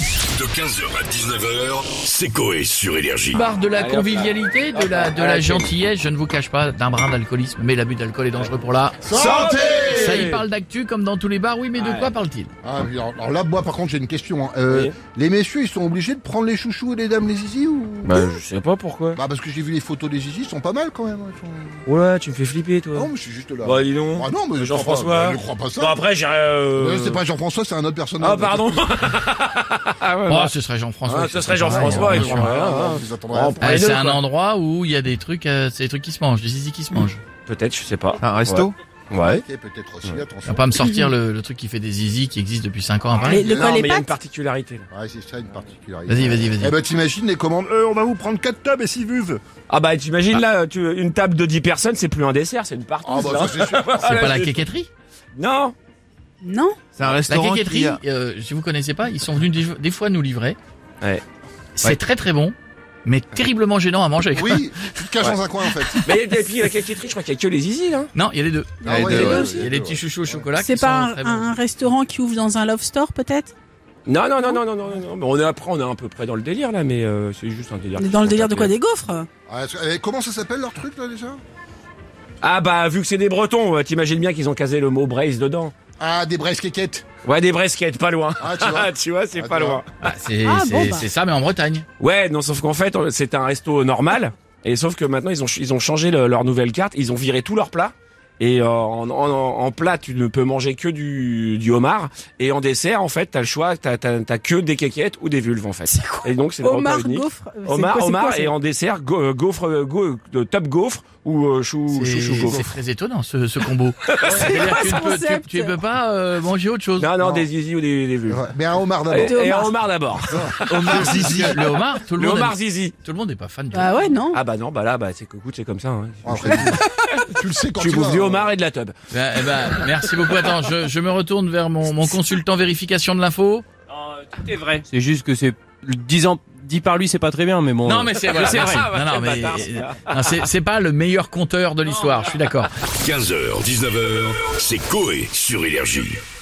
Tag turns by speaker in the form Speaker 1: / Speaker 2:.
Speaker 1: De 15h à 19h, c'est Coé sur Énergie.
Speaker 2: Barre de la
Speaker 3: Allez, hop là.
Speaker 2: convivialité, de la, de la
Speaker 3: Allez.
Speaker 2: gentillesse, je ne vous cache pas d'un brin d'alcoolisme, mais l'abus d'alcool est dangereux pour la...
Speaker 4: Santé
Speaker 2: Ça y parle d'actu comme dans tous les bars, oui, mais de quoi parle-t-il
Speaker 4: Ah, oui, alors, alors là, moi, par contre, j'ai une question. hein. Euh,
Speaker 3: Oui.
Speaker 4: Les messieurs, ils sont obligés de prendre les chouchous et les dames les zizi ou
Speaker 3: Bah, je sais pas pourquoi.
Speaker 4: Bah, parce que j'ai vu les photos des zizi, ils sont pas mal quand même. ils sont-
Speaker 3: Oula, tu me fais flipper, toi.
Speaker 4: Non, mais je suis juste là.
Speaker 3: Bah, dis donc.
Speaker 4: Ah non, mais je crois pas-
Speaker 3: Jean-François.
Speaker 4: je ne crois pas ça.
Speaker 3: Bon, après, j'ai.
Speaker 4: Euh,
Speaker 3: Euh...
Speaker 4: C'est pas Jean-François, c'est un autre personnage.
Speaker 3: Ah, pardon. ah, ouais,
Speaker 2: Oh,
Speaker 3: bah.
Speaker 2: ce serait Jean-François.
Speaker 3: Ah,
Speaker 2: qui se
Speaker 3: ce serait
Speaker 2: fait pareil,
Speaker 3: Jean-François,
Speaker 2: hein,
Speaker 3: et
Speaker 2: bien
Speaker 3: puis
Speaker 2: sûr.
Speaker 3: voilà.
Speaker 4: Vous attendrez à-
Speaker 3: Oh,
Speaker 2: Euh,
Speaker 3: Les deux,
Speaker 2: c'est un
Speaker 3: quoi.
Speaker 2: endroit où il y a des trucs, euh, c'est des trucs qui se mangent, des zizi qui se mangent.
Speaker 3: Peut-être, je sais pas.
Speaker 5: Un resto Ouais.
Speaker 4: Ok, Peut-être aussi,
Speaker 2: On va
Speaker 4: attention.
Speaker 2: pas me sortir le, le truc qui fait des zizi qui existe depuis 5 ans après.
Speaker 6: Les- le
Speaker 3: Non,
Speaker 6: quoi, les
Speaker 3: mais il y a une
Speaker 6: pattes
Speaker 3: particularité. là.
Speaker 4: Ouais, c'est ça une particularité.
Speaker 2: Vas-y, vas-y,
Speaker 4: Eh
Speaker 2: vas-y.
Speaker 4: bah, t'imagines les commandes. Euh, on va vous prendre 4 tubs et 6 vuves.
Speaker 3: Ah, bah, t'imagines, là, tu, une table de 10 personnes, c'est plus un dessert, c'est une partie.
Speaker 4: Ah, bah, ça, c'est sûr.
Speaker 2: C'est pas la quéqueterie
Speaker 3: Non.
Speaker 6: Non
Speaker 5: C'est un
Speaker 2: La
Speaker 5: restaurant
Speaker 2: quéqueterie,
Speaker 5: qui a...
Speaker 2: euh, si vous connaissez pas, ils sont venus des, des fois nous livrer.
Speaker 3: Ouais.
Speaker 2: C'est très très bon, mais terriblement gênant à manger. quoi.
Speaker 4: Oui, tu te caches dans un coin, en fait.
Speaker 3: Mais, et puis, la caquetterie, je crois qu'il y a que les zizi, hein.
Speaker 2: Non, il y a les deux.
Speaker 4: Ah
Speaker 2: il
Speaker 4: ouais,
Speaker 2: y a les
Speaker 4: ouais,
Speaker 2: deux
Speaker 4: ouais,
Speaker 2: aussi. Il y a
Speaker 4: ouais,
Speaker 2: les
Speaker 4: ouais.
Speaker 2: petits chouchous au chocolat
Speaker 6: C'est
Speaker 2: qui sont
Speaker 6: pas un,
Speaker 2: très bons.
Speaker 6: un restaurant qui ouvre dans un love store peut-être
Speaker 3: Non, non, non, non, non, non, non. Mais on est après, on est à peu près dans le délire, là, mais euh, c'est juste un délire.
Speaker 6: On est Dans le délire de quoi Des gaufres
Speaker 4: Ah, est-ce que- eh, Comment ça s'appelle leur truc, là, déjà
Speaker 3: Ah, bah, vu que c'est des Bretons, euh, t'imagines bien qu'ils ont casé le mot braise dedans.
Speaker 4: Ah, des braises quéquettes.
Speaker 3: Ouais, des braises pas loin.
Speaker 4: Ah, tu vois.
Speaker 3: tu vois, c'est
Speaker 4: Ah,
Speaker 3: pas
Speaker 4: tu vois.
Speaker 3: loin.
Speaker 2: Bah, c'est
Speaker 6: Ah,
Speaker 2: c'est-
Speaker 6: bon, bah.
Speaker 2: c'est ça, mais en Bretagne.
Speaker 3: Ouais, non, sauf qu'en fait, on- c'était un resto normal. Et sauf que maintenant, ils ont, ch- ils ont changé le- leur nouvelle carte. Ils ont viré tous leurs plats. Et euh, en, en- en plat, tu ne peux manger que du, du homard. Et en dessert, en fait, t'as le choix. T'as, t'as, t'as que des quéquettes ou des vulves, en fait.
Speaker 6: C'est quoi
Speaker 3: Et donc, c'est le repas
Speaker 6: Omar,
Speaker 3: unique.
Speaker 6: gaufre euh, c'est
Speaker 3: Homard,
Speaker 6: quoi, c'est
Speaker 3: homard
Speaker 6: quoi, c'est-
Speaker 3: et en dessert, go- euh, gaufre, euh, go- de top gaufre ou euh, chou,
Speaker 2: C'est
Speaker 3: chou, chou
Speaker 2: c'est
Speaker 3: gaufre.
Speaker 2: très étonnant ce, ce combo. C'est-à-dire que tu,
Speaker 6: ce
Speaker 2: ne peux, tu,
Speaker 6: concept
Speaker 2: tu peux pas euh, manger autre chose.
Speaker 3: Non, non,
Speaker 4: Non.
Speaker 3: des zizi ou des, des vulves.
Speaker 4: Ouais, Mais un homard
Speaker 2: Ah,
Speaker 4: d'abord.
Speaker 3: Et,
Speaker 6: Des
Speaker 3: et un
Speaker 6: homards.
Speaker 3: homard d'abord.
Speaker 2: Homard, zizi. Le homard, tout le,
Speaker 3: Le
Speaker 2: monde
Speaker 3: homard
Speaker 2: aime-
Speaker 3: zizi.
Speaker 2: tout le monde n'est pas fan du
Speaker 6: Bah ouais, non
Speaker 3: Ah bah non, bah là, bah c'est que- écoute, c'est comme ça. hein.
Speaker 2: Ah,
Speaker 4: Après, tu- tu le sais quand
Speaker 3: Tu
Speaker 4: tu
Speaker 3: bouffes
Speaker 4: vas.
Speaker 3: du
Speaker 2: euh,
Speaker 3: homard et de la tub.
Speaker 2: Bah, eh ben, merci beaucoup. Attends, je, je me retourne vers mon, mon consultant vérification de l'info.
Speaker 7: C'est juste que c'est 10 ans dit par lui, c'est pas très bien, mais bon.
Speaker 2: Non, mais c'est voilà, merci. Non, non, mais euh, non, c'est c'est pas le meilleur compteur de l'histoire. Je suis d'accord.
Speaker 1: 15h, 19h, c'est Coé sur Énergie.